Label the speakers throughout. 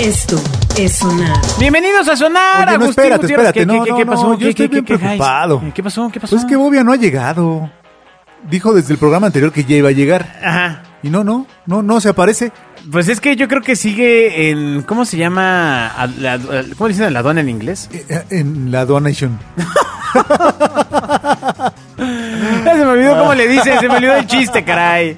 Speaker 1: Esto es sonar.
Speaker 2: Bienvenidos a Sonar,
Speaker 3: Oye, no,
Speaker 2: Agustín
Speaker 3: espérate,
Speaker 2: Gutiérrez.
Speaker 3: espérate,
Speaker 2: ¿Qué,
Speaker 3: no,
Speaker 2: qué-
Speaker 3: no,
Speaker 2: qué
Speaker 3: no,
Speaker 2: pasó?
Speaker 3: yo
Speaker 2: ¿Qué-
Speaker 3: estoy
Speaker 2: qué-
Speaker 3: bien
Speaker 2: qué- qué-
Speaker 3: preocupado.
Speaker 2: ay, ¿Qué pasó? ¿Qué pasó?
Speaker 3: Pues es que Bobia no ha llegado. Dijo desde el programa anterior que ya iba a llegar.
Speaker 2: Ajá.
Speaker 3: Y no, no, no, no se aparece.
Speaker 2: Pues es que yo creo que sigue en... ¿Cómo se llama? A- la- la- ¿Cómo le dicen a la aduana en inglés?
Speaker 3: Eh, eh, En la donation. Ah.
Speaker 2: Ya se me olvidó cómo le dicen, se me olvidó el chiste, caray.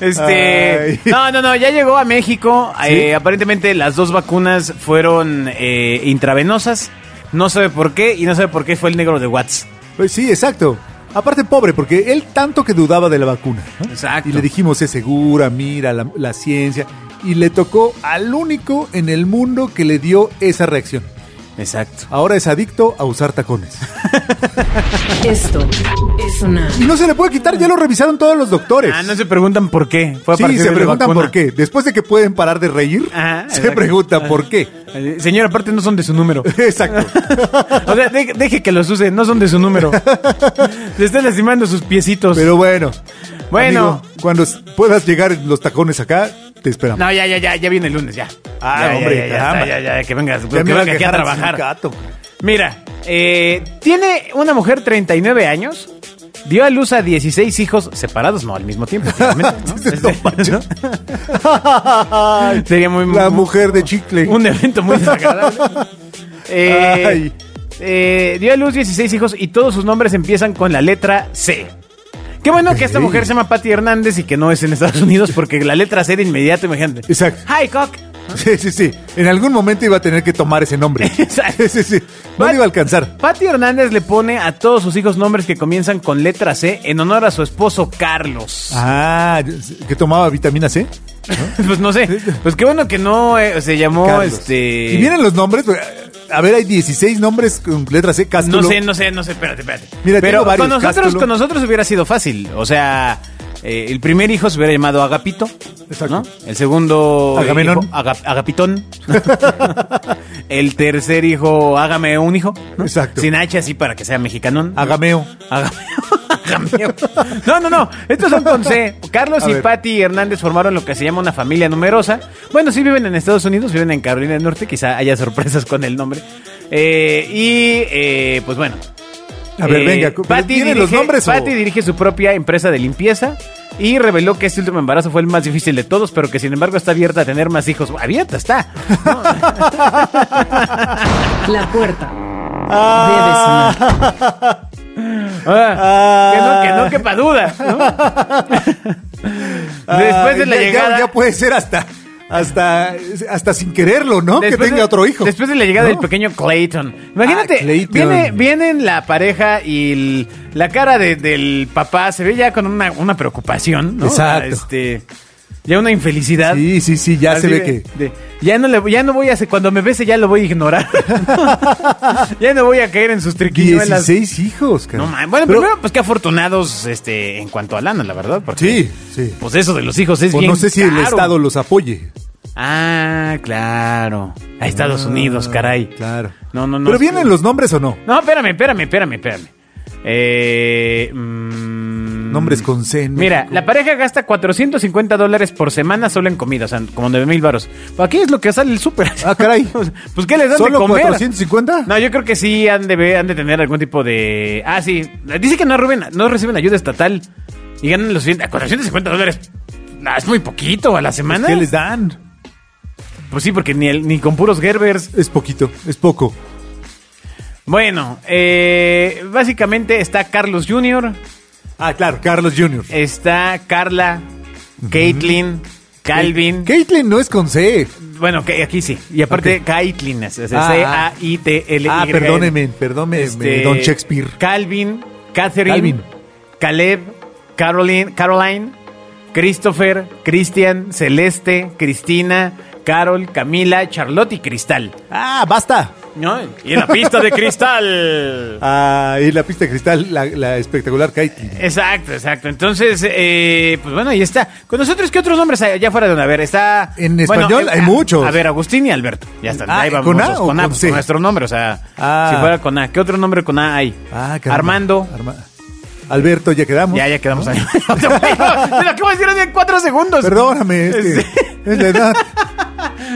Speaker 2: Este,
Speaker 3: Ay.
Speaker 2: no, no, no, ya llegó a México.
Speaker 3: ¿Sí?
Speaker 2: Eh, aparentemente las dos vacunas fueron eh, intravenosas. No sabe por qué y no sabe por qué fue el negro de Watts.
Speaker 3: Pues sí, exacto. Aparte, pobre, porque él tanto que dudaba de la vacuna. ¿no?
Speaker 2: Exacto.
Speaker 3: Y le dijimos, es segura, mira, la, la ciencia. Y le tocó al único en el mundo que le dio esa reacción.
Speaker 2: Exacto.
Speaker 3: Ahora es adicto a usar tacones.
Speaker 1: Esto es sonar.
Speaker 3: Y no se le puede quitar, ya lo revisaron todos los doctores.
Speaker 2: Ah, no se preguntan por qué. Fue a
Speaker 3: Pues. Sí,
Speaker 2: partir de
Speaker 3: se
Speaker 2: la
Speaker 3: preguntan
Speaker 2: vacuna.
Speaker 3: por qué. Después de que pueden parar de reír,
Speaker 2: Ajá,
Speaker 3: se
Speaker 2: exacto.
Speaker 3: preguntan por qué.
Speaker 2: Eh, Señor, aparte no son de su número.
Speaker 3: Exacto.
Speaker 2: O sea, de- deje que los use, no son de su número. Le están lastimando sus piecitos.
Speaker 3: Pero bueno.
Speaker 2: Bueno.
Speaker 3: Amigo, cuando s- puedas llegar en los tacones acá, te esperamos.
Speaker 2: No, ya, ya, ya, ya viene el lunes, ya.
Speaker 3: Ah,
Speaker 2: Ya, ya,
Speaker 3: hombre,
Speaker 2: ya, ya,
Speaker 3: caramba.
Speaker 2: ya, ya, ya, que vengas,
Speaker 3: Ya
Speaker 2: que
Speaker 3: me iba a
Speaker 2: venga aquí a
Speaker 3: quejar al
Speaker 2: trabajar.
Speaker 3: sindicato.
Speaker 2: Mira, eh, tiene una mujer 39 años, dio a luz a 16 hijos separados, no al mismo tiempo. claramente, ¿no?
Speaker 3: No manches.
Speaker 2: Sería muy
Speaker 3: La
Speaker 2: muy-
Speaker 3: mujer de chicle.
Speaker 2: un evento muy desagradable. Eh,
Speaker 3: Ay.
Speaker 2: eh, dio a luz 16 hijos y todos sus nombres empiezan con la letra C. Qué bueno que esta
Speaker 3: Ok.
Speaker 2: mujer se llama Patty Hernández y que no es en Estados Unidos porque la letra C de inmediato, imagínate.
Speaker 3: Exacto.
Speaker 2: Hi, cock.
Speaker 3: Sí, sí, sí. En algún momento iba a tener que tomar ese nombre.
Speaker 2: Exacto.
Speaker 3: Sí, sí, sí. No le iba a alcanzar.
Speaker 2: Patty Hernández le pone a todos sus hijos nombres que comienzan con letra C en honor a su esposo Carlos.
Speaker 3: Ah, que tomaba vitamina C.
Speaker 2: Pues no sé. Pues qué bueno que no eh, se llamó
Speaker 3: Carlos.
Speaker 2: este.
Speaker 3: Y vienen los nombres. pues, A ver, hay 16 nombres con letra C. Cástulo.
Speaker 2: No sé, no sé, no sé, espérate, espérate.
Speaker 3: Mira,
Speaker 2: Pero
Speaker 3: tengo varios,
Speaker 2: con nosotros,
Speaker 3: Cástulo.
Speaker 2: con nosotros hubiera sido fácil. O sea, eh, el primer hijo se hubiera llamado Agapito. ¿no?
Speaker 3: Exacto.
Speaker 2: El segundo.
Speaker 3: Agamenón.
Speaker 2: hijo, Aga- Agapitón. el tercer hijo, Hágame un hijo. ¿no?
Speaker 3: Exacto.
Speaker 2: Sin H así para que sea mexicanón.
Speaker 3: Agameo.
Speaker 2: Agameo. No, no, no. Estos son con C. Carlos
Speaker 3: A
Speaker 2: y
Speaker 3: ver.
Speaker 2: Patty Hernández formaron lo que se llama una familia numerosa. Bueno, sí viven en Estados Unidos, viven en Carolina del Norte. Quizá haya sorpresas con el nombre. Eh, y eh, pues bueno.
Speaker 3: A ver,
Speaker 2: Eh,
Speaker 3: venga. ¿pero
Speaker 2: Patty
Speaker 3: ¿Tienen los
Speaker 2: dirige-
Speaker 3: nombres o-
Speaker 2: Patty dirige su propia empresa de limpieza. Y reveló que este último embarazo fue el más difícil de todos, pero que sin embargo está abierta a tener más hijos. Abierta está.
Speaker 1: La puerta
Speaker 3: Ah.
Speaker 1: debe sonar.
Speaker 2: Ah, que no, que no quepa duda. ¿no? Después de la
Speaker 3: Ah, ya- ya-
Speaker 2: llegada.
Speaker 3: Ya, puede ser hasta, hasta, hasta sin quererlo, ¿no? que
Speaker 2: Después
Speaker 3: tenga
Speaker 2: de-
Speaker 3: otro hijo.
Speaker 2: Después de la llegada
Speaker 3: ¿No?
Speaker 2: del pequeño Clayton. Imagínate,
Speaker 3: Ah, Clayton.
Speaker 2: Viene, vienen la pareja y el- la cara de- del papá se ve ya con una, una preocupación, ¿no?
Speaker 3: Exacto.
Speaker 2: Este, ya una infelicidad.
Speaker 3: Sí, sí, sí, ya
Speaker 2: Así
Speaker 3: se ve
Speaker 2: de-
Speaker 3: que.
Speaker 2: de, ya, no le, ya no voy a... hacer- Cuando me bese ya lo voy a ignorar. ya no voy a caer en sus triquiñuelas.
Speaker 3: 16 hijos, cara.
Speaker 2: No, man. Bueno,
Speaker 3: Pero-
Speaker 2: primero, pues qué afortunados este, en cuanto a lana, la verdad. Porque,
Speaker 3: Sí, sí.
Speaker 2: Pues eso de los hijos es
Speaker 3: O
Speaker 2: bien
Speaker 3: no sé si el
Speaker 2: caro.
Speaker 3: Estado los apoye.
Speaker 2: Ah, claro. A Estados Unidos, caray.
Speaker 3: Ah, Claro.
Speaker 2: No, no, no.
Speaker 3: ¿Pero
Speaker 2: es que-
Speaker 3: vienen los nombres o no?
Speaker 2: No, espérame, espérame, espérame, espérame. Eh, mm,
Speaker 3: Nombres con C. en
Speaker 2: Mira,
Speaker 3: México.
Speaker 2: la pareja gasta 450 dólares por semana solo en comida, o sea, como 9 mil baros. Aquí es lo que sale el súper.
Speaker 3: Ah, caray.
Speaker 2: pues, ¿qué les dan
Speaker 3: ¿Solo
Speaker 2: de comer?
Speaker 3: 450?
Speaker 2: No, yo creo que sí han de, ver- han de tener algún tipo de... Ah, sí. Dice que no, reciben- no reciben ayuda estatal y ganan los 100 450 dólares. Nah, es muy poquito a la semana.
Speaker 3: ¿Qué les dan?
Speaker 2: Pues sí, porque ni, el- ni con puros Gerbers.
Speaker 3: Es poquito, es poco.
Speaker 2: Bueno, eh, básicamente está Carlos Jr.,
Speaker 3: Ah, claro, Carlos Jr.
Speaker 2: está Carla, Caitlin, Calvin.
Speaker 3: Caitlyn Eh, no es con C.
Speaker 2: Bueno, que aquí sí. Y aparte, Caitlin, es- es
Speaker 3: Ah, ah.
Speaker 2: C-A-I-T-L-Y.
Speaker 3: Ah, perdóneme, perdóneme,
Speaker 2: Este,
Speaker 3: don Shakespeare.
Speaker 2: Calvin, Catherine,
Speaker 3: Calvin.
Speaker 2: Caleb, Caroline, Caroline, Christopher, Christian, Celeste, Cristina, Carol, Camila, Charlotte y Cristal.
Speaker 3: Ah, basta.
Speaker 2: ¿No? Y en la pista de cristal.
Speaker 3: Ah, y la pista de cristal, la, la espectacular Caitlyn.
Speaker 2: Exacto, exacto. Entonces, eh, pues bueno, ahí está. Con nosotros, ¿qué otros nombres hay allá fuera de una? A ver, está...
Speaker 3: En
Speaker 2: bueno,
Speaker 3: español
Speaker 2: eh,
Speaker 3: hay
Speaker 2: a-
Speaker 3: muchos.
Speaker 2: A ver, Agustín y Alberto. Ya están.
Speaker 3: Ah,
Speaker 2: ahí vamos.
Speaker 3: ¿con A
Speaker 2: nosotros,
Speaker 3: o
Speaker 2: con A,
Speaker 3: con
Speaker 2: pues,
Speaker 3: C?
Speaker 2: con nuestro nombre, o sea,
Speaker 3: Ah.
Speaker 2: si fuera con A. ¿Qué otro nombre con A hay?
Speaker 3: Ah, caramba.
Speaker 2: Armando.
Speaker 3: Arma- Alberto, ya quedamos.
Speaker 2: Ya, ya quedamos ahí. Te lo acabo de decir hace cuatro segundos.
Speaker 3: Perdóname, es, que
Speaker 2: Este,
Speaker 3: es la edad.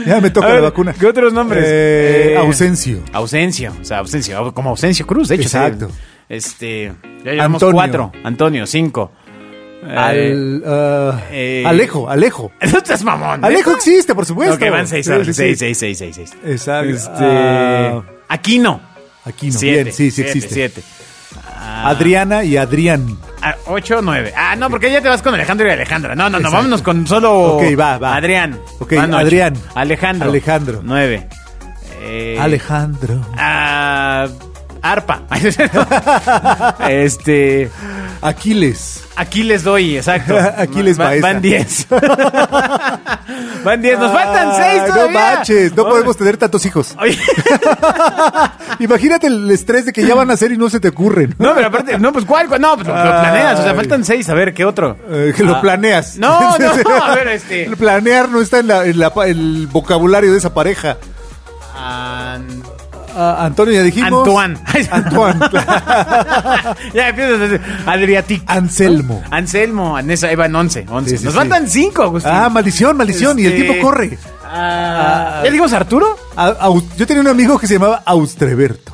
Speaker 3: Ya me toca
Speaker 2: A
Speaker 3: la
Speaker 2: ver,
Speaker 3: vacuna.
Speaker 2: ¿Qué otros nombres?
Speaker 3: Eh,
Speaker 2: Eh,
Speaker 3: Ausencio.
Speaker 2: Ausencio, o sea, Ausencio, como Ausencio Cruz, de hecho. sí.
Speaker 3: Exacto.
Speaker 2: Este, ya llevamos
Speaker 3: Antonio.
Speaker 2: cuatro. Antonio, cinco. Eh,
Speaker 3: Al, ah,
Speaker 2: eh,
Speaker 3: Alejo, Alejo.
Speaker 2: No estás mamón.
Speaker 3: Alejo
Speaker 2: ¿neta?
Speaker 3: existe, por supuesto.
Speaker 2: Ok, van seis,
Speaker 3: Sí,
Speaker 2: ahora,
Speaker 3: sí, sí.
Speaker 2: seis, seis, seis, seis, seis.
Speaker 3: Exacto.
Speaker 2: Este,
Speaker 3: Ah,
Speaker 2: Aquino.
Speaker 3: Aquino.
Speaker 2: Siete,
Speaker 3: Bien, sí, sí
Speaker 2: siete,
Speaker 3: existe.
Speaker 2: Siete.
Speaker 3: Adriana y Adrián.
Speaker 2: Ah, ocho, nueve. Ah, no, porque ya te vas con Alejandro y Alejandra. No, no, no, vámonos con solo
Speaker 3: Ok, va, va.
Speaker 2: Adrián.
Speaker 3: Ok,
Speaker 2: Van ocho.
Speaker 3: Adrián.
Speaker 2: Alejandro.
Speaker 3: Alejandro.
Speaker 2: Nueve. Eh,
Speaker 3: Alejandro.
Speaker 2: Ah, arpa. este.
Speaker 3: Aquiles.
Speaker 2: Aquí les doy, exacto.
Speaker 3: Aquí les
Speaker 2: Va-
Speaker 3: Baeza.
Speaker 2: Van 10. van 10. Nos faltan
Speaker 3: Ah,
Speaker 2: 6 todavía.
Speaker 3: No manches, no
Speaker 2: Vamos.
Speaker 3: podemos tener tantos hijos.
Speaker 2: Oye,
Speaker 3: Imagínate el estrés de que ya van a ser y no se te ocurren.
Speaker 2: no, pero aparte, no, pues ¿cuál? cuál? No, pues lo, lo planeas. O sea, faltan 6. A ver, ¿qué otro?
Speaker 3: Eh, que lo
Speaker 2: Ah.
Speaker 3: planeas.
Speaker 2: No, no, a ver, este.
Speaker 3: El Planear no está en, la- en la pa- el vocabulario de esa pareja.
Speaker 2: An-
Speaker 3: Ah, Antonio, ya dijimos.
Speaker 2: Antoine.
Speaker 3: Antoine. claro.
Speaker 2: ya empiezas a decir. Adriatic.
Speaker 3: Anselmo.
Speaker 2: Anselmo, Anessa, Evan 11. 11.
Speaker 3: Sí, sí,
Speaker 2: Nos
Speaker 3: sí.
Speaker 2: faltan 5, Agustín.
Speaker 3: Ah, maldición, maldición. Y el
Speaker 2: Este,
Speaker 3: tiempo corre.
Speaker 2: ah, ¿Ya dijimos Arturo?
Speaker 3: A- au- yo tenía un amigo que se llamaba Austreberto.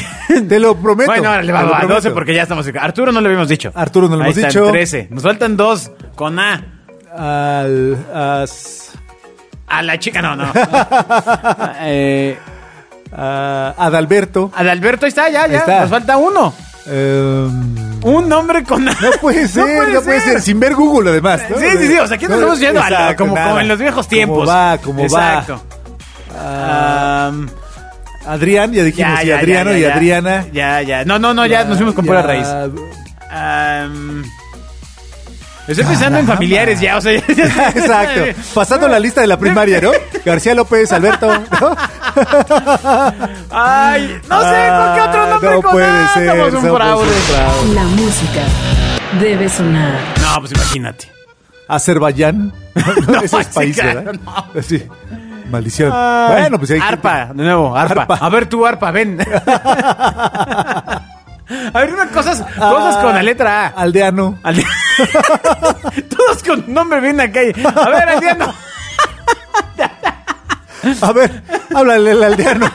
Speaker 3: Te lo prometo.
Speaker 2: Bueno, ahora le
Speaker 3: te lo
Speaker 2: va a
Speaker 3: prometo.
Speaker 2: 12 porque ya estamos. Arturo no lo habíamos dicho.
Speaker 3: Arturo no lo
Speaker 2: Ahí
Speaker 3: hemos
Speaker 2: están,
Speaker 3: dicho.
Speaker 2: 13. Nos faltan 2 con A.
Speaker 3: Al, as-
Speaker 2: A la chica, no, no. eh,
Speaker 3: a- Adalberto.
Speaker 2: Adalberto, ahí está, ya, ya.
Speaker 3: está.
Speaker 2: Nos falta uno.
Speaker 3: Em,
Speaker 2: Un nombre con A.
Speaker 3: no puede ser, no puede, ser. Sin ver Google, además. ¿no?
Speaker 2: Sí, sí, sí. O sea, aquí nos
Speaker 3: No,
Speaker 2: estamos yendo a la-
Speaker 3: exacto,
Speaker 2: como,
Speaker 3: nada.
Speaker 2: como en los viejos
Speaker 3: Como
Speaker 2: tiempos.
Speaker 3: va, como
Speaker 2: Exacto.
Speaker 3: va.
Speaker 2: Ah,
Speaker 3: Adrián, ya dijimos.
Speaker 2: ya,
Speaker 3: y
Speaker 2: ya,
Speaker 3: Adriano
Speaker 2: ya,
Speaker 3: y
Speaker 2: ya.
Speaker 3: Adriana.
Speaker 2: Ya, ya. No, no, no, ya nos fuimos con pura
Speaker 3: Ya,
Speaker 2: raíz. Am, estoy pensando en familiares ya, o sea. ya- ya-
Speaker 3: Exacto. Pasando la lista de la primaria, ¿no? García López, Alberto. ¿no?
Speaker 2: Ay, no sé, ¿con qué otro
Speaker 3: Ah,
Speaker 2: nombre
Speaker 3: No
Speaker 2: con
Speaker 3: puede
Speaker 2: A?
Speaker 3: ser.
Speaker 2: Somos un
Speaker 3: somos
Speaker 2: fraude.
Speaker 3: fraude.
Speaker 1: La música debe sonar.
Speaker 2: No, pues imagínate.
Speaker 3: Azerbaiyán.
Speaker 2: No,
Speaker 3: Ese es
Speaker 2: sí,
Speaker 3: país,
Speaker 2: claro,
Speaker 3: ¿verdad?
Speaker 2: no.
Speaker 3: Sí. Maldición. bueno, pues ahí.
Speaker 2: Arpa, de nuevo, arpa.
Speaker 3: Arpa.
Speaker 2: A ver tú, arpa, ven. A ver, unas cosas, cosas con la letra A.
Speaker 3: Aldeano.
Speaker 2: Alde- Todos con nombre bien acá. A ver, Aldeano.
Speaker 3: A ver, háblale al aldeano.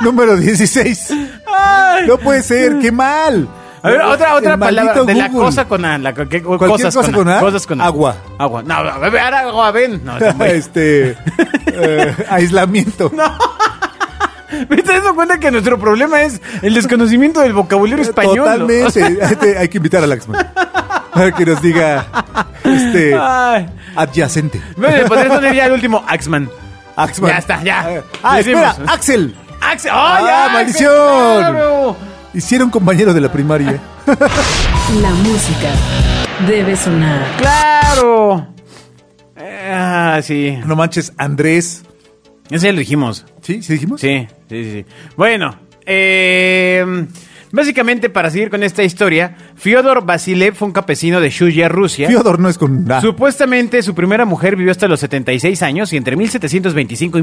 Speaker 3: Número 16.
Speaker 2: Ay.
Speaker 3: No puede ser, qué mal.
Speaker 2: A ver, otra, otra
Speaker 3: El
Speaker 2: palabra
Speaker 3: maldito
Speaker 2: de la
Speaker 3: Google.
Speaker 2: cosa con A. La, co- que-
Speaker 3: Cualquier
Speaker 2: cosas
Speaker 3: cosa
Speaker 2: con
Speaker 3: con
Speaker 2: A.
Speaker 3: A.
Speaker 2: Cosas con A.
Speaker 3: Agua.
Speaker 2: Agua. No, a ver, ahora agua, ven. No, está muy-
Speaker 3: Este. eh, aislamiento.
Speaker 2: Me estás dando cuenta que nuestro problema es el desconocimiento del vocabulario español. ¿no? O sea,
Speaker 3: Totalmente. Este, hay que invitar a Laxman. Para que nos diga. Este.
Speaker 2: Ay.
Speaker 3: Adyacente.
Speaker 2: Bueno, le podrías poner ya el último Axman.
Speaker 3: Axman.
Speaker 2: Ya está, ya.
Speaker 3: Ah, espera,
Speaker 2: Decimos.
Speaker 3: Axel.
Speaker 2: Axel.
Speaker 3: Ah,
Speaker 2: ¡Ay, Axel!
Speaker 3: maldición!
Speaker 2: ¡Claro!
Speaker 3: Hicieron compañero de la primaria.
Speaker 1: La música debe sonar.
Speaker 2: ¡Claro! Eh, ah, sí.
Speaker 3: No manches, Andrés.
Speaker 2: Ese ya lo dijimos.
Speaker 3: ¿Sí? ¿Sí dijimos?
Speaker 2: Sí, sí, sí. sí. Bueno, eh, básicamente para seguir con esta historia, Fyodor Vasilev fue un campesino de Shuya, Rusia.
Speaker 3: Fiodor no es con A.
Speaker 2: Supuestamente su primera mujer vivió hasta los 76 años y entre 1725 y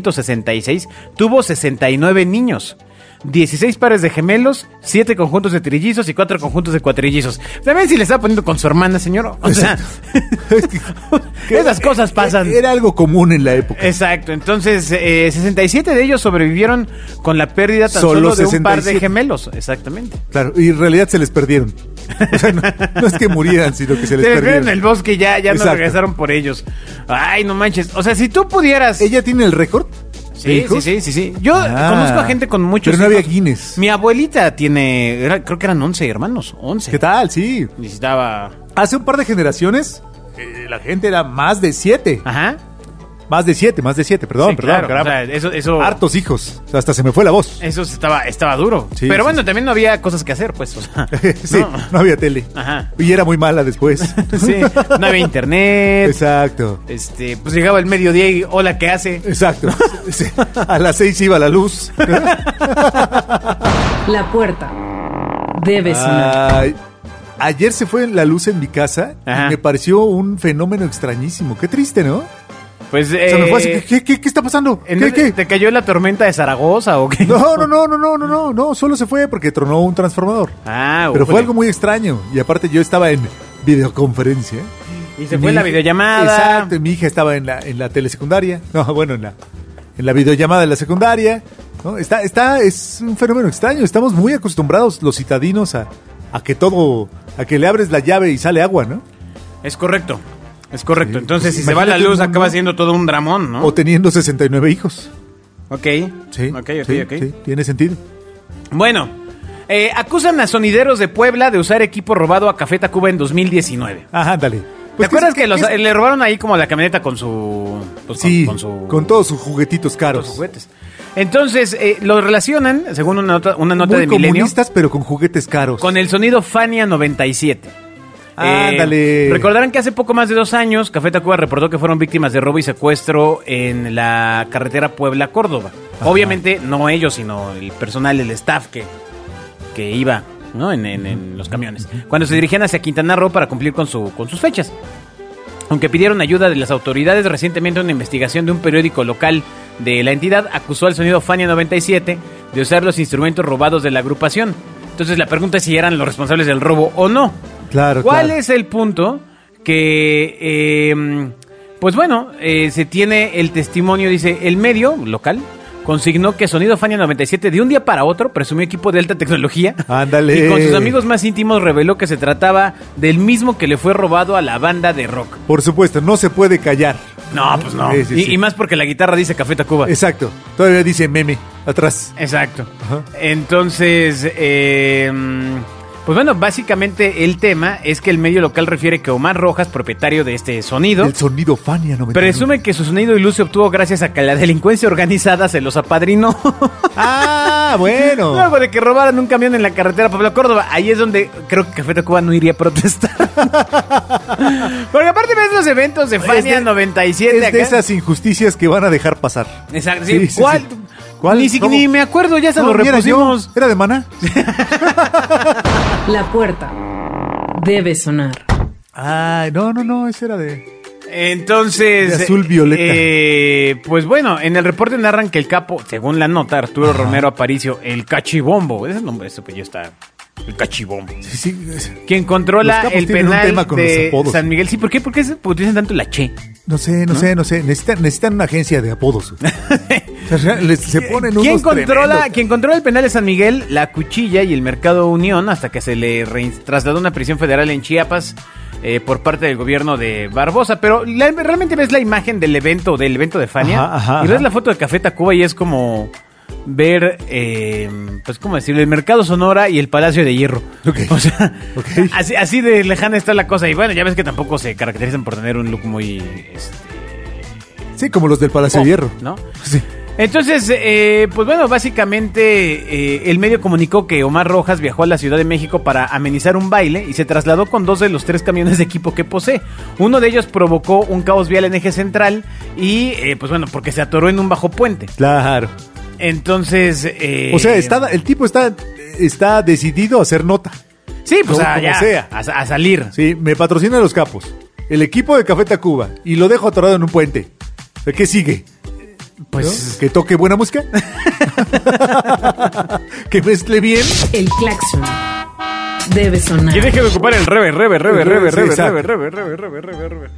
Speaker 2: 1766 tuvo 69 niños. 16 pares de gemelos, 7 conjuntos de trillizos y 4 conjuntos de cuatrillizos. También si le está poniendo con su hermana, señor. O sea,
Speaker 3: Es que-
Speaker 2: esas cosas pasan.
Speaker 3: Era algo común en la época.
Speaker 2: Exacto, entonces eh, 67 de ellos sobrevivieron con la pérdida tan solo,
Speaker 3: Solo
Speaker 2: de un par de
Speaker 3: 67.
Speaker 2: gemelos. Exactamente.
Speaker 3: Claro, y en realidad se les perdieron. O sea, no, no es que murieran, sino que se
Speaker 2: Se
Speaker 3: les
Speaker 2: les
Speaker 3: perdieron.
Speaker 2: vieron en el bosque y ya, ya no
Speaker 3: Exacto.
Speaker 2: regresaron por ellos. Ay, no manches. O sea, si tú pudieras.
Speaker 3: ¿Ella tiene el récord? de
Speaker 2: Sí, sí,
Speaker 3: hijos?
Speaker 2: sí, sí, sí. Yo
Speaker 3: Ah.
Speaker 2: conozco a gente con muchos.
Speaker 3: Pero no había
Speaker 2: hijos.
Speaker 3: Guinness.
Speaker 2: Mi abuelita tiene, era- creo que eran 11 hermanos, 11.
Speaker 3: ¿Qué tal? Sí.
Speaker 2: Necesitaba.
Speaker 3: Hace un par de generaciones, eh, la gente era más de siete.
Speaker 2: Ajá.
Speaker 3: Más de siete, más de siete, perdón,
Speaker 2: Sí,
Speaker 3: perdón.
Speaker 2: claro,
Speaker 3: caramba.
Speaker 2: o sea, Eh, eso, eso,
Speaker 3: Hartos hijos. O sea, hasta se me fue la voz.
Speaker 2: eso estaba, estaba duro.
Speaker 3: Sí,
Speaker 2: Pero
Speaker 3: sí,
Speaker 2: bueno,
Speaker 3: sí.
Speaker 2: también no había cosas que hacer, pues. o sea,
Speaker 3: sí,
Speaker 2: no.
Speaker 3: no. había tele.
Speaker 2: Ajá.
Speaker 3: Y era muy mala después.
Speaker 2: Sí, no había internet.
Speaker 3: Exacto.
Speaker 2: Este, pues llegaba el mediodía y hola, ¿qué hace?
Speaker 3: Exacto. Sí. A las seis iba la luz.
Speaker 1: La puerta debe
Speaker 3: Ah.
Speaker 1: sonar.
Speaker 3: Ay, ayer se fue la luz en mi casa
Speaker 2: Ajá.
Speaker 3: y me pareció un fenómeno extrañísimo. Qué triste, ¿no?
Speaker 2: Pues.
Speaker 3: O sea, me fue así,
Speaker 2: eh,
Speaker 3: ¿qué, qué- qué está pasando?
Speaker 2: ¿en
Speaker 3: ¿Qué,
Speaker 2: dónde-
Speaker 3: qué?
Speaker 2: ¿Te cayó la tormenta de Zaragoza o qué?
Speaker 3: No, no, no, no, no, no, no, no, solo se fue porque tronó un transformador.
Speaker 2: Ah,
Speaker 3: Pero fue
Speaker 2: ujule.
Speaker 3: algo muy extraño. Y aparte yo estaba en videoconferencia
Speaker 2: Y se fue la
Speaker 3: hija-
Speaker 2: videollamada.
Speaker 3: Exacto, y mi hija estaba en la, en la telesecundaria. No, bueno, en la, en la videollamada de la secundaria. ¿no? Está, está, es un fenómeno extraño. Estamos muy acostumbrados los citadinos a, a que todo, a que le abres la llave y sale agua, ¿no?
Speaker 2: Es correcto. Es correcto.
Speaker 3: Sí,
Speaker 2: Entonces,
Speaker 3: pues,
Speaker 2: si se va la
Speaker 3: imagínate
Speaker 2: luz,
Speaker 3: un mundo-
Speaker 2: acaba siendo todo un dramón, ¿no?
Speaker 3: O teniendo 69 hijos.
Speaker 2: Ok.
Speaker 3: Sí.
Speaker 2: Ah. Ok, ok,
Speaker 3: sí,
Speaker 2: ok.
Speaker 3: sí, tiene sentido.
Speaker 2: Bueno, eh, acusan a sonideros de Puebla de usar equipo robado a Café Tacuba en 2019.
Speaker 3: Ajá, Pues, dale.
Speaker 2: ¿Te acuerdas que, los- le robaron ahí como la camioneta con su. pues,
Speaker 3: Sí,
Speaker 2: con,
Speaker 3: con,
Speaker 2: su-
Speaker 3: todos sus juguetitos
Speaker 2: con
Speaker 3: caros.
Speaker 2: sus juguetes? Entonces, eh, lo relacionan, según una nota, una nota
Speaker 3: Muy
Speaker 2: de Milenio,
Speaker 3: comunistas, pero con juguetes caros.
Speaker 2: con el sonido Fania 97. Eh,
Speaker 3: Ándale.
Speaker 2: recordarán que hace poco más de dos años, Café Tacuba reportó que fueron víctimas de robo y secuestro en la carretera Puebla-Córdoba. Obviamente, no ellos, sino el personal, el staff que, que iba ¿no? en, en- en los camiones. Cuando se dirigían hacia Quintana Roo para cumplir con, su, con sus fechas. Aunque pidieron ayuda de las autoridades, recientemente una investigación de un periódico local de la entidad acusó al sonido Fania 97 de usar los instrumentos robados de la agrupación. Entonces la pregunta es si eran los responsables del robo o no.
Speaker 3: Claro,
Speaker 2: ¿Cuál
Speaker 3: claro.
Speaker 2: es el punto que, eh, pues bueno, eh, se tiene el testimonio, dice, el medio local consignó que Sonido Fania 97 de un día para otro presumió equipo de alta tecnología.
Speaker 3: Ándale.
Speaker 2: Y con sus amigos más íntimos reveló que se trataba del mismo que le fue robado a la banda de rock.
Speaker 3: Por supuesto, no se puede callar.
Speaker 2: No, pues no.
Speaker 3: Sí, sí,
Speaker 2: y,
Speaker 3: sí.
Speaker 2: y más porque la guitarra dice Café Tacuba.
Speaker 3: Exacto. Todavía dice meme atrás.
Speaker 2: Exacto.
Speaker 3: Ajá.
Speaker 2: Entonces, eh, pues bueno, básicamente el tema es que el medio local refiere que Omar Rojas, propietario de este sonido,
Speaker 3: El sonido Fania 99.
Speaker 2: presume que su sonido y luz se obtuvo gracias a que la delincuencia organizada se los apadrinó.
Speaker 3: Ah, bueno.
Speaker 2: Luego de que robaran un camión en la carretera Pablo Córdoba, ahí es donde creo que Café Tacuba no iría a protestar. Porque aparte ves los eventos de Fania
Speaker 3: de-
Speaker 2: 97
Speaker 3: Este, es
Speaker 2: acá.
Speaker 3: de esas injusticias que van a dejar pasar.
Speaker 2: Exacto,
Speaker 3: Sí,
Speaker 2: sí.
Speaker 3: sí, sí.
Speaker 2: ¿Cuál?
Speaker 3: ¿Cuál?
Speaker 2: Ni, si-
Speaker 3: No.
Speaker 2: ni me acuerdo, ya se lo
Speaker 3: No, ni era Ah, yo,
Speaker 2: repusimos.
Speaker 3: Era de maná.
Speaker 1: La puerta debe sonar.
Speaker 3: Ay, no, no, no, ese era de.
Speaker 2: Entonces,
Speaker 3: De azul violeta.
Speaker 2: eh, pues bueno, en el reporte narran que el capo, según la nota, Arturo Romero Aparicio, el cachibombo, ese nombre, ese apellido está, el cachibombo,
Speaker 3: Sí, sí, es-
Speaker 2: quien controla
Speaker 3: Los capos
Speaker 2: el
Speaker 3: tienen un
Speaker 2: penal
Speaker 3: tema con los
Speaker 2: de
Speaker 3: apodos.
Speaker 2: San Miguel. Sí, ¿por qué? ¿Por qué se utilizan tanto la che?
Speaker 3: no sé, no, sé, no sé. Necesitan, necesitan una agencia de apodos. O sea, les- se ponen
Speaker 2: ¿Quién
Speaker 3: unos
Speaker 2: controla,
Speaker 3: tremendos.
Speaker 2: quien controla el penal de San Miguel, la cuchilla y el mercado Unión hasta que se le rein- trasladó a una prisión federal en Chiapas eh, por parte del gobierno de Barbosa? Pero la- realmente ves la imagen del evento, del evento de Fania
Speaker 3: Ajá, ajá,
Speaker 2: y ves
Speaker 3: ajá.
Speaker 2: la foto de Café Tacuba y es como ver, eh, pues cómo decirlo, el mercado Sonora y el Palacio de Hierro.
Speaker 3: Ok.
Speaker 2: O sea,
Speaker 3: Ok.
Speaker 2: así, así de lejana está la cosa. Y bueno, ya ves que tampoco se caracterizan por tener un look muy... este,
Speaker 3: Sí, como los del Palacio
Speaker 2: pop,
Speaker 3: de Hierro.
Speaker 2: ¿No?
Speaker 3: Sí.
Speaker 2: Entonces, eh, pues bueno, básicamente eh, el medio comunicó que Omar Rojas viajó a la Ciudad de México para amenizar un baile y se trasladó con dos de los tres camiones de equipo que posee. Uno de ellos provocó un caos vial en eje central y, eh, pues bueno, porque se atoró en un bajo puente.
Speaker 3: Claro.
Speaker 2: Entonces, eh,
Speaker 3: O sea, está, el tipo está, está decidido a hacer nota.
Speaker 2: sí, pues
Speaker 3: como-
Speaker 2: a,
Speaker 3: como
Speaker 2: ya,
Speaker 3: sea.
Speaker 2: A, a salir.
Speaker 3: Sí, me patrocina los capos. El equipo de Café Tacuba. Y lo dejo atorado en un puente. ¿Qué sigue?
Speaker 2: Pues
Speaker 3: ¿No? ¿Que toque buena música? ¿Que mezcle bien?
Speaker 1: El claxon debe sonar.
Speaker 2: Y deje de ocupar el rebe, rebe, rebe, rebe,
Speaker 3: Sí,
Speaker 2: rebe, rebe,
Speaker 3: exacto.
Speaker 2: rebe, rebe, rebe, rebe, rebe.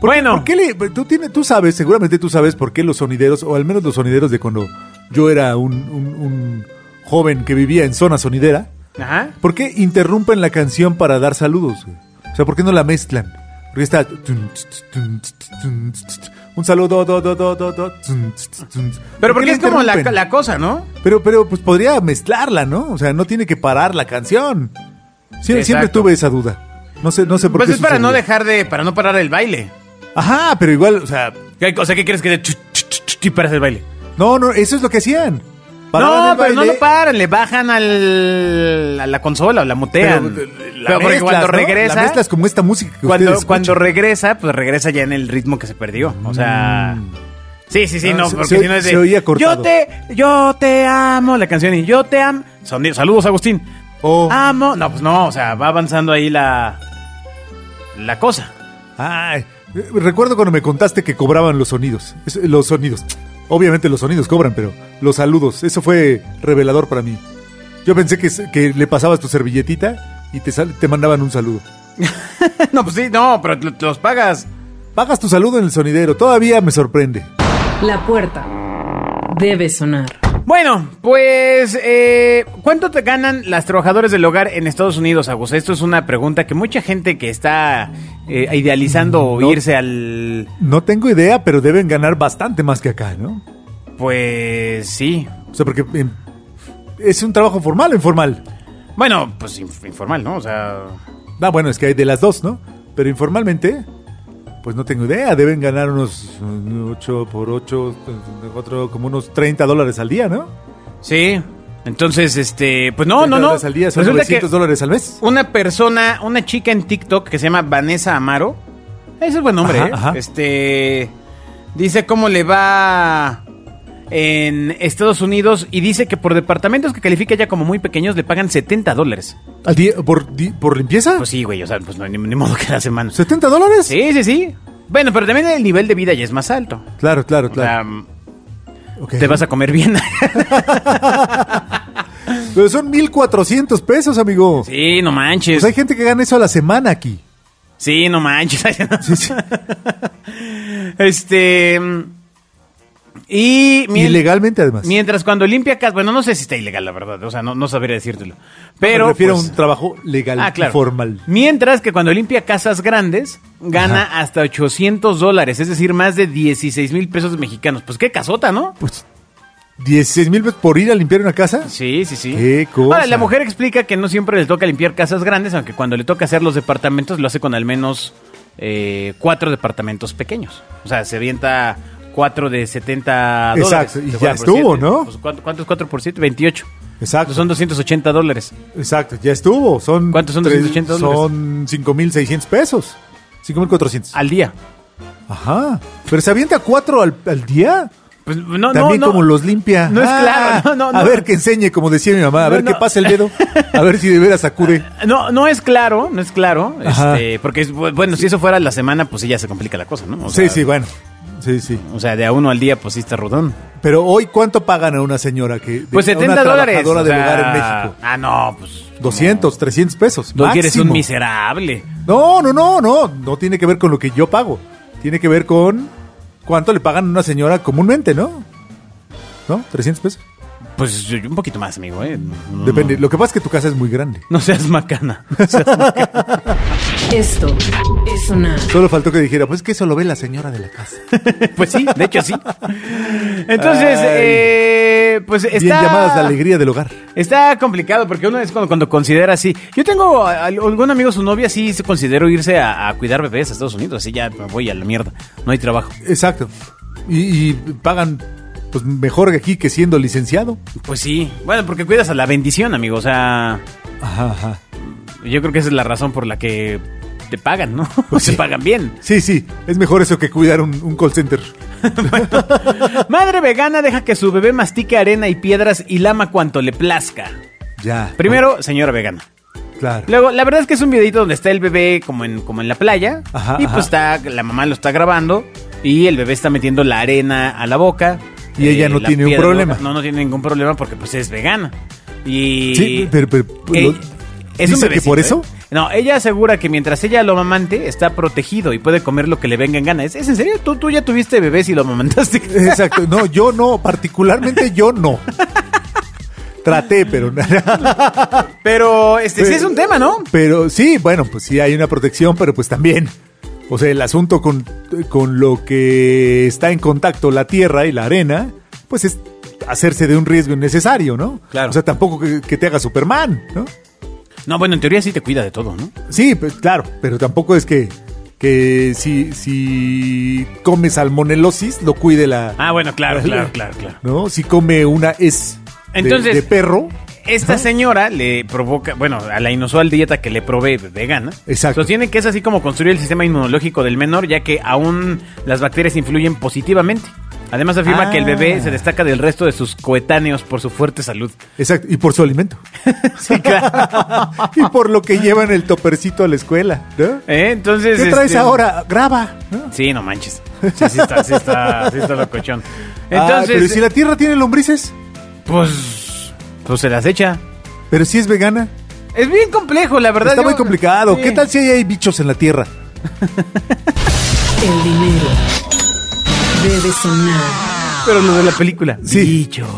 Speaker 2: Bueno,
Speaker 3: ¿Por qué le, tú, tienes, tú sabes, seguramente tú sabes por qué los sonideros, o al menos los sonideros de cuando yo era un, un- un joven que vivía en zona sonidera,
Speaker 2: Ajá.
Speaker 3: ¿por qué interrumpen la canción para dar saludos? güey? O sea, ¿por qué no la mezclan? Porque está... Un saludo... do, do, do, do, do,
Speaker 2: Pero porque
Speaker 3: la
Speaker 2: es como la,
Speaker 3: interrumpen?
Speaker 2: la cosa, ¿no?
Speaker 3: Pero, pero pues podría mezclarla, ¿no? O sea, no tiene que parar la canción. Sie-
Speaker 2: Exacto.
Speaker 3: siempre tuve esa duda. No sé, no sé por
Speaker 2: Pues
Speaker 3: qué.
Speaker 2: es para no
Speaker 3: sucedió.
Speaker 2: dejar de, para no parar el baile.
Speaker 3: Ajá, pero igual, o sea,
Speaker 2: ¿Qué- O sea, ¿qué quieres que te chu- chu- chu- chu- y paras el baile?
Speaker 3: no, no, eso es lo que hacían. Paraban
Speaker 2: no,
Speaker 3: el
Speaker 2: pero no
Speaker 3: baile.
Speaker 2: lo paran, le bajan al, a la consola o la mutean.
Speaker 3: Pero,
Speaker 2: Pero,
Speaker 3: eh, la
Speaker 2: porque
Speaker 3: mezclas,
Speaker 2: cuando
Speaker 3: ¿no? La
Speaker 2: regresa,
Speaker 3: mezclas como esta música que
Speaker 2: cuando,
Speaker 3: ustedes
Speaker 2: cuando
Speaker 3: escuchan.
Speaker 2: regresa, pues regresa ya en el ritmo que se perdió. O sea. Sí, sí, sí,
Speaker 3: Mm. Ah,
Speaker 2: no,
Speaker 3: se-
Speaker 2: porque
Speaker 3: se-
Speaker 2: si no es de.
Speaker 3: se oía cortado.
Speaker 2: Yo te, yo te amo, la canción y yo te amo. Son- Saludos, Agustín.
Speaker 3: Oh.
Speaker 2: Amo. No, pues no, o sea, va avanzando ahí la. La cosa.
Speaker 3: Ay, eh, recuerdo cuando me contaste que cobraban los sonidos. Es- los sonidos. Obviamente los sonidos cobran, pero los saludos. Eso fue revelador para mí. Yo pensé que, que le pasabas tu servilletita y te, sal- te mandaban un saludo.
Speaker 2: no, pues sí, no, pero lo- los pagas.
Speaker 3: Pagas tu saludo en el sonidero, todavía me sorprende.
Speaker 1: La puerta debe sonar.
Speaker 2: Bueno, pues, eh, ¿cuánto te ganan las trabajadoras del hogar en Estados Unidos, Agus? Esto es una pregunta que mucha gente que está eh, idealizando
Speaker 3: Mm, No.
Speaker 2: irse al...
Speaker 3: No tengo idea, pero deben ganar bastante más que acá, ¿no?
Speaker 2: Pues sí.
Speaker 3: O sea, porque em, es un trabajo formal o informal.
Speaker 2: Bueno, pues inf- informal, ¿no? O sea...
Speaker 3: Ah, bueno, es que hay de las dos, ¿no? Pero informalmente, pues no tengo idea. Deben ganar unos 8 por 8, como unos 30 dólares al día, ¿no?
Speaker 2: Sí. Entonces, este... Pues no,
Speaker 3: 30
Speaker 2: no, no.
Speaker 3: dólares al día son
Speaker 2: Resulta
Speaker 3: 900 dólares al mes.
Speaker 2: Una persona, una chica en TikTok que se llama Vanessa Amaro. Ese es buen nombre,
Speaker 3: Ajá,
Speaker 2: ¿eh?
Speaker 3: ajá.
Speaker 2: Este. Dice cómo le va en Estados Unidos y dice que por departamentos que califica ya como muy pequeños le pagan 70 dólares.
Speaker 3: ¿Al día? ¿Por, di- por limpieza?
Speaker 2: Pues sí, güey, o sea, pues no, ni, ni modo que la semana.
Speaker 3: ¿70 dólares?
Speaker 2: Sí, sí, sí. Bueno, pero también el nivel de vida ya es más alto.
Speaker 3: Claro, claro,
Speaker 2: O
Speaker 3: claro.
Speaker 2: sea,
Speaker 3: Ok.
Speaker 2: te vas a comer bien.
Speaker 3: Pero son 1,400 pesos, amigo.
Speaker 2: sí, no manches.
Speaker 3: Pues hay gente que gana eso a la semana aquí.
Speaker 2: Sí, no manches.
Speaker 3: Sí, sí.
Speaker 2: Este. Y. mien-
Speaker 3: Ilegalmente, además.
Speaker 2: Mientras cuando limpia casas. Bueno, no sé si está ilegal, la verdad. O sea, no, no sabría decírtelo. Pero.
Speaker 3: Me refiero
Speaker 2: pues,
Speaker 3: a un trabajo legal
Speaker 2: ah, claro.
Speaker 3: y formal.
Speaker 2: Mientras que cuando limpia casas grandes, gana hasta 800 dólares. Es decir, más de 16 mil pesos mexicanos. Pues qué casota, ¿no?
Speaker 3: Pues, 16 mil pesos por ir a limpiar una casa.
Speaker 2: Sí, sí, sí.
Speaker 3: Qué cosa.
Speaker 2: Ahora, la mujer explica que no siempre le toca limpiar casas grandes, aunque cuando le toca hacer los departamentos lo hace con al menos eh, cuatro departamentos pequeños. O sea, se avienta cuatro de 70 dólares.
Speaker 3: Exacto, y
Speaker 2: Se
Speaker 3: ya
Speaker 2: fuera por
Speaker 3: estuvo,
Speaker 2: siete.
Speaker 3: ¿no?
Speaker 2: Pues, ¿cuánto, cuánto es 4 por 7? 28.
Speaker 3: Exacto.
Speaker 2: Son 280 dólares.
Speaker 3: Exacto, ya estuvo. Son
Speaker 2: ¿Cuántos son 280 dólares?
Speaker 3: Son 5.600 pesos. 5.400.
Speaker 2: Al día.
Speaker 3: Ajá. Pero se avienta cuatro al, al día.
Speaker 2: Pues no,
Speaker 3: También
Speaker 2: no, no.
Speaker 3: como los limpia.
Speaker 2: No es
Speaker 3: Ah,
Speaker 2: claro. No, no,
Speaker 3: a
Speaker 2: no.
Speaker 3: ver que enseñe, como decía mi mamá. A
Speaker 2: No,
Speaker 3: ver
Speaker 2: no.
Speaker 3: que pase el dedo. A ver si de veras sacude.
Speaker 2: No, no es claro, no es claro.
Speaker 3: Ajá.
Speaker 2: Este, porque, es- bueno, si eso fuera la semana, pues sí ya se complica la cosa, ¿no? O
Speaker 3: sí,
Speaker 2: sea,
Speaker 3: sí, bueno. Sí, sí.
Speaker 2: O sea, de a uno al día, pues sí está rudón.
Speaker 3: Pero hoy, ¿cuánto pagan a una señora que. de-
Speaker 2: Pues
Speaker 3: a una
Speaker 2: 70 dólares.
Speaker 3: trabajadora
Speaker 2: o
Speaker 3: del hogar
Speaker 2: sea,
Speaker 3: en México.
Speaker 2: Ah, no, pues.
Speaker 3: 200, 300 pesos.
Speaker 2: No quieres un
Speaker 3: máximo.
Speaker 2: miserable.
Speaker 3: No, no, no, no. No tiene que ver con lo que yo pago. Tiene que ver con cuánto le pagan a una señora comúnmente, ¿no? ¿No? 300 pesos.
Speaker 2: Pues yo- yo un poquito más, amigo, ¿eh? No,
Speaker 3: Depende. Lo que pasa es que tu casa es muy grande.
Speaker 2: no seas macana.
Speaker 1: Esto es sonar.
Speaker 3: Solo faltó que dijera, pues que eso lo ve la señora de la casa.
Speaker 2: pues sí, de hecho sí. Entonces,
Speaker 3: Ay.
Speaker 2: eh, pues está.
Speaker 3: Bien llamadas la alegría del hogar.
Speaker 2: Está complicado porque uno es cuando, cuando considera así. Yo tengo a- a algún amigo, su novia, sí se consideró irse a, a cuidar bebés a Estados Unidos. Así ya me voy a la mierda. No hay trabajo.
Speaker 3: Exacto. Y, y pagan pues mejor que aquí que siendo licenciado.
Speaker 2: Pues sí. Bueno, porque cuidas a la bendición, amigo. O sea,
Speaker 3: Ajá, ajá.
Speaker 2: yo creo que esa es la razón por la que te pagan, ¿no?
Speaker 3: Pues
Speaker 2: te
Speaker 3: sí.
Speaker 2: pagan bien.
Speaker 3: Sí, sí. Es mejor eso que cuidar un, un call center.
Speaker 2: Madre vegana deja que su bebé mastique arena y piedras y lama cuanto le plazca.
Speaker 3: Ya.
Speaker 2: Primero, señora vegana.
Speaker 3: Claro.
Speaker 2: Luego, la verdad es que es un videito donde está el bebé como en, como en la playa.
Speaker 3: Ajá,
Speaker 2: y pues está, la mamá lo está grabando y el bebé está metiendo la arena a la boca. eh,
Speaker 3: Y ella no
Speaker 2: la
Speaker 3: tiene un
Speaker 2: piedra,
Speaker 3: problema.
Speaker 2: No, no tiene ningún problema porque pues es vegana. Y...
Speaker 3: Sí, pero- pero-
Speaker 2: Ella-
Speaker 3: lo-
Speaker 2: es un
Speaker 3: ¿dice que
Speaker 2: bebecito,
Speaker 3: por
Speaker 2: ¿eh?
Speaker 3: eso?
Speaker 2: No, ella asegura que mientras ella lo mamante está protegido y puede comer lo que le venga en gana. ¿Es, es en serio? ¿Tú, tú ya tuviste bebés y lo mamantaste.
Speaker 3: Exacto. No, yo no. Particularmente yo no. Traté, pero
Speaker 2: Pero este sí
Speaker 3: Pero-
Speaker 2: es un tema, ¿no?
Speaker 3: Pero sí, bueno, pues sí hay una protección, pero pues también. O sea, el asunto con, con lo que está en contacto la tierra y la arena, pues es hacerse de un riesgo innecesario, ¿no?
Speaker 2: Claro.
Speaker 3: O sea, tampoco que, que te haga Superman, ¿no?
Speaker 2: No, bueno, en teoría sí te cuida de todo, ¿no?
Speaker 3: Sí, pues, claro, pero tampoco es que, que si, si come salmonelosis lo cuide la...
Speaker 2: Ah, bueno,
Speaker 3: Pues,
Speaker 2: claro, claro, claro, claro.
Speaker 3: ¿No? Si come una es de-
Speaker 2: Entonces-
Speaker 3: de perro,
Speaker 2: Esta señora le provoca, bueno, a la inusual dieta que le provee vegana,
Speaker 3: Exacto.
Speaker 2: sostiene que es así como construir el sistema inmunológico del menor, ya que aún las bacterias influyen positivamente. Además afirma
Speaker 3: Ah.
Speaker 2: que el bebé se destaca del resto de sus coetáneos por su fuerte salud.
Speaker 3: exacto, y por su alimento.
Speaker 2: Sí, claro.
Speaker 3: y por lo que llevan el topercito a la escuela, ¿no?
Speaker 2: ¿Eh? Entonces,
Speaker 3: ¿Qué traes
Speaker 2: este, Ah,
Speaker 3: ahora? Graba. ¿no?
Speaker 2: Sí, no manches. Sí, sí está, sí está, sí está locochón.
Speaker 3: Ah,
Speaker 2: Entonces, este,
Speaker 3: pero ¿y si la tierra tiene lombrices,
Speaker 2: pues, pues se las echa.
Speaker 3: pero si es vegana.
Speaker 2: Es bien complejo, la verdad.
Speaker 3: Está
Speaker 2: yo-
Speaker 3: muy complicado.
Speaker 2: Sí.
Speaker 3: ¿Qué tal si ahí hay bichos en la tierra?
Speaker 1: El dinero debe sonar.
Speaker 2: Pero lo de la película.
Speaker 3: Sí.
Speaker 2: Bichos.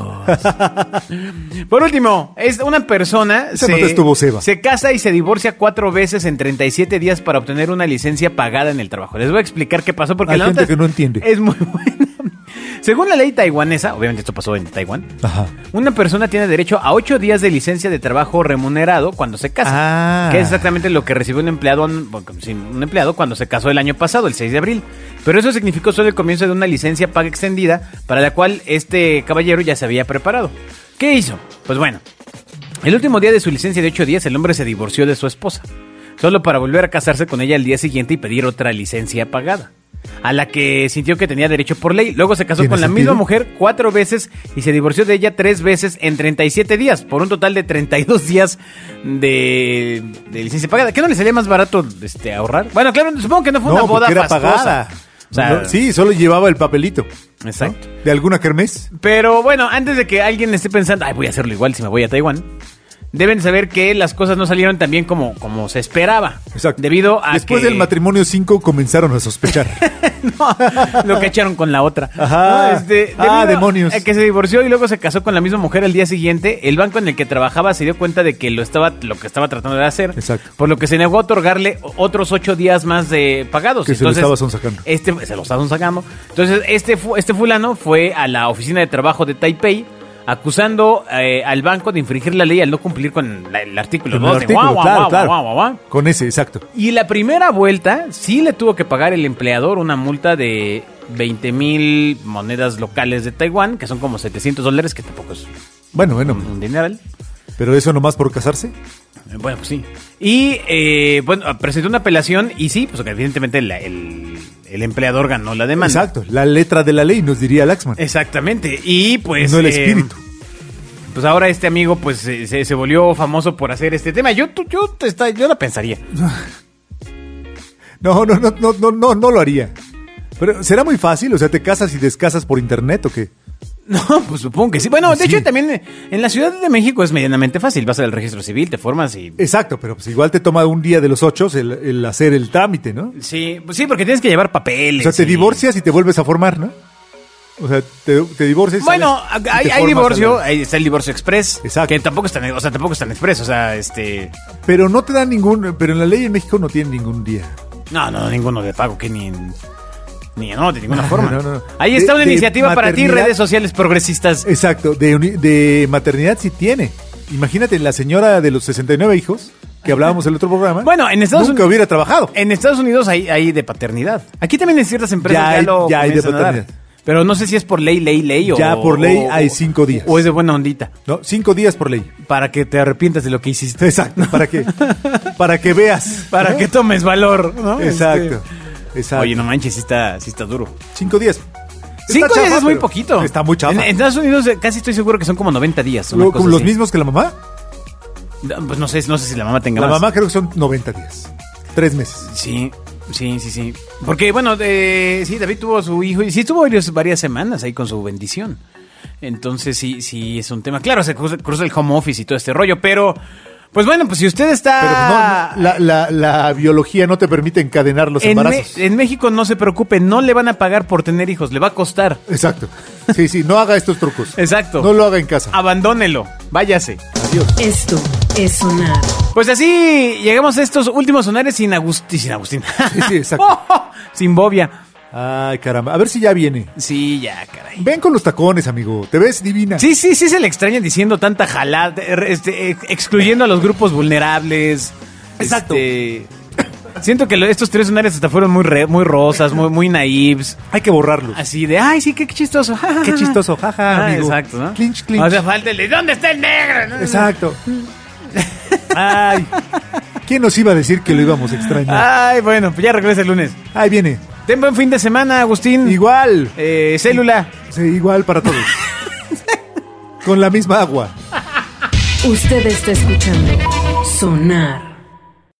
Speaker 2: Por último, es una persona
Speaker 3: Esa nota estuvo ceba.
Speaker 2: se casa y se divorcia cuatro veces en 37 días para obtener una licencia pagada en el trabajo. Les voy a explicar qué pasó porque
Speaker 3: Hay
Speaker 2: la
Speaker 3: gente
Speaker 2: nota
Speaker 3: que no entiende.
Speaker 2: Es muy buena. Según la ley taiwanesa, obviamente esto pasó en Taiwán,
Speaker 3: Ajá.
Speaker 2: una persona tiene derecho a ocho días de licencia de trabajo remunerado cuando se casa.
Speaker 3: Ah.
Speaker 2: Que es exactamente lo que recibió un empleado, bueno, sí, un empleado cuando se casó el año pasado, el 6 de abril. Pero eso significó solo el comienzo de una licencia paga extendida para la cual este caballero ya se había preparado. ¿Qué hizo? Pues bueno, el último día de su licencia de ocho días, el hombre se divorció de su esposa, solo para volver a casarse con ella al día siguiente y pedir otra licencia pagada, a la que sintió que tenía derecho por ley. Luego se casó
Speaker 3: ¿Tiene
Speaker 2: con la
Speaker 3: sentido?
Speaker 2: misma mujer cuatro veces y se divorció de ella tres veces en 37 días, por un total de 32 días de, de licencia pagada. ¿Qué no le salía más barato este, ahorrar? Bueno, claro, supongo que no fue una boda
Speaker 3: porque era
Speaker 2: fastuosa.
Speaker 3: pagada.
Speaker 2: O sea,
Speaker 3: No, sí, solo llevaba el papelito. ¿no?
Speaker 2: Exacto.
Speaker 3: ¿De alguna kermés?
Speaker 2: Pero bueno, antes de que alguien esté pensando, ay, voy a hacerlo igual si me voy a Taiwán, deben saber que las cosas no salieron tan bien como, como se esperaba.
Speaker 3: Exacto.
Speaker 2: Debido a
Speaker 3: Después
Speaker 2: que-
Speaker 3: del matrimonio 5 comenzaron a sospechar.
Speaker 2: no, lo que echaron con la otra.
Speaker 3: Ajá.
Speaker 2: No, este,
Speaker 3: Ah,
Speaker 2: debido
Speaker 3: demonios.
Speaker 2: a que se divorció y luego se casó con la misma mujer al día siguiente. El banco en el que trabajaba se dio cuenta de que lo estaba, lo que estaba tratando de hacer.
Speaker 3: Exacto.
Speaker 2: Por lo que se negó a otorgarle otros ocho días más de pagados.
Speaker 3: Que se lo estaba sonsacando.
Speaker 2: Este, se lo estaban sacando. Entonces, este, fu- este fulano fue a la oficina de trabajo de Taipei acusando eh, al banco de infringir la ley al no cumplir con la- el artículo
Speaker 3: En el
Speaker 2: 2 de
Speaker 3: artículo,
Speaker 2: guau, guau,
Speaker 3: claro,
Speaker 2: guau,
Speaker 3: claro.
Speaker 2: guau, guau, guau.
Speaker 3: Con ese, exacto.
Speaker 2: Y la primera vuelta sí le tuvo que pagar el empleador una multa de 20 mil monedas locales de Taiwán, que son como 700 dólares, que tampoco es
Speaker 3: Bueno, bueno.
Speaker 2: un dineral.
Speaker 3: Pero eso nomás por casarse.
Speaker 2: Eh, Bueno, pues sí. Y eh, bueno, presentó una apelación y sí, pues que evidentemente la- el, el empleador ganó la demanda.
Speaker 3: Exacto. La letra de la ley, nos diría Laxman.
Speaker 2: Exactamente. Y pues...
Speaker 3: no el
Speaker 2: eh,
Speaker 3: espíritu.
Speaker 2: Pues ahora este amigo pues eh, se, se volvió famoso por hacer este tema. Yo, tú- yo, te está- yo la pensaría.
Speaker 3: No, no, no, no, no, no, no lo haría. Pero será muy fácil, o sea, te casas y descasas por internet o qué.
Speaker 2: No, pues supongo que sí. Bueno, de
Speaker 3: Sí.
Speaker 2: hecho también eh, en la Ciudad de México es medianamente fácil. Vas al registro civil, te formas y...
Speaker 3: Exacto, pero pues igual te toma un día de los ocho el, el hacer el trámite, ¿no?
Speaker 2: Sí, pues sí, porque tienes que llevar
Speaker 3: O
Speaker 2: papeles.
Speaker 3: sea, te
Speaker 2: y-
Speaker 3: divorcias y te vuelves a formar, ¿no? O sea, te, te divorcias.
Speaker 2: Bueno,
Speaker 3: sales y
Speaker 2: hay,
Speaker 3: te
Speaker 2: hay
Speaker 3: formas
Speaker 2: divorcio,
Speaker 3: a la-
Speaker 2: ahí está el divorcio express.
Speaker 3: Exacto.
Speaker 2: Que tampoco es tan, o sea, tampoco es tan express, o sea, este...
Speaker 3: Pero no te dan ningún. Pero en la ley en México no tiene ningún día.
Speaker 2: No, no, ninguno de pago, que ni en... Ni, no, de ninguna
Speaker 3: No,
Speaker 2: forma.
Speaker 3: no, no.
Speaker 2: Ahí
Speaker 3: De-
Speaker 2: está una
Speaker 3: de
Speaker 2: iniciativa para ti,
Speaker 3: maternidad.
Speaker 2: redes sociales progresistas.
Speaker 3: Exacto, de, uni- de maternidad sí tiene. Imagínate, la señora de los 69 hijos, que hablábamos en el otro programa.
Speaker 2: Bueno, en Estados
Speaker 3: Nunca
Speaker 2: Unidos-
Speaker 3: hubiera trabajado.
Speaker 2: En Estados Unidos hay, hay de paternidad. Aquí también en ciertas empresas
Speaker 3: Ya
Speaker 2: ya,
Speaker 3: hay-
Speaker 2: lo
Speaker 3: ya hay de
Speaker 2: comienzan a dar.
Speaker 3: paternidad.
Speaker 2: Pero no sé si es por ley, ley, ley o...
Speaker 3: Ya por ley
Speaker 2: o-
Speaker 3: hay cinco días.
Speaker 2: O es de buena ondita.
Speaker 3: No, cinco días por ley.
Speaker 2: Para que te arrepientas de lo que hiciste.
Speaker 3: Exacto, para que, para que veas.
Speaker 2: Para que tomes este- valor, ¿no?
Speaker 3: Exacto, exacto.
Speaker 2: Oye, no manches, sí está, sí está duro.
Speaker 3: Cinco días.
Speaker 2: Cinco
Speaker 3: Está
Speaker 2: días
Speaker 3: chafa,
Speaker 2: es muy
Speaker 3: pero
Speaker 2: poquito.
Speaker 3: Está muy chafa.
Speaker 2: En, en Estados Unidos eh, casi estoy seguro que son como 90 días. una
Speaker 3: Luego,
Speaker 2: cosa
Speaker 3: como los
Speaker 2: así.
Speaker 3: mismos que la mamá.
Speaker 2: No, Pues no sé, no sé si la mamá tenga
Speaker 3: La
Speaker 2: más.
Speaker 3: mamá creo que son 90 días. Tres meses.
Speaker 2: Sí, sí, sí, sí. Porque, bueno, eh, sí, David tuvo a su hijo y sí tuvo varios- varias semanas ahí con su bendición. Entonces, sí, sí, es un tema. Claro, se cruza, cruza el home office y todo este rollo, pero... Pues bueno, pues si usted
Speaker 3: Pero pues, no,
Speaker 2: está...
Speaker 3: no, la, la- la biología no te permite encadenar los
Speaker 2: Ah. en, Me- eh.
Speaker 3: embarazos.
Speaker 2: en México no se preocupe, no le van a pagar por tener hijos, le va a costar.
Speaker 3: Exacto. Sí, sí, no haga estos trucos.
Speaker 2: Exacto.
Speaker 3: No lo haga en casa.
Speaker 2: Abandónelo, váyase.
Speaker 3: Adiós.
Speaker 1: Esto es sonar.
Speaker 2: Pues así llegamos a estos últimos sonares sin Agustín. Sin Agustín. Oh,
Speaker 3: Sí, sí, exacto.
Speaker 2: sin Bobia.
Speaker 3: Ay, caramba. A ver si ya viene.
Speaker 2: Sí, ya, caray.
Speaker 3: Ven con los tacones, amigo. Te ves divina.
Speaker 2: Sí, sí, sí se le extraña diciendo tanta jalada, er, este, eh, excluyendo a los grupos vulnerables.
Speaker 3: Exacto.
Speaker 2: Este, siento que lo- estos tres sonares hasta fueron muy, re- muy rosas, muy, muy naives.
Speaker 3: Hay que borrarlos.
Speaker 2: Así de, ay, sí, qué, qué chistoso. ja, ja,
Speaker 3: Qué
Speaker 2: ja".
Speaker 3: chistoso, ja, ja,
Speaker 2: Ah,
Speaker 3: amigo.
Speaker 2: Exacto, ¿no?
Speaker 3: Clinch, clinch.
Speaker 2: O sea, falta el de, ¿dónde está el negro? No, no, no.
Speaker 3: Exacto. Ay. ¿Quién nos iba a decir que lo íbamos a extrañar?
Speaker 2: Ay, bueno, pues ya regresa el lunes.
Speaker 3: Ahí viene.
Speaker 2: Ten buen fin de semana, Agustín.
Speaker 3: Igual.
Speaker 2: Eh, célula.
Speaker 3: Sí, igual para todos. Con la misma agua.
Speaker 1: Usted está escuchando Sonar.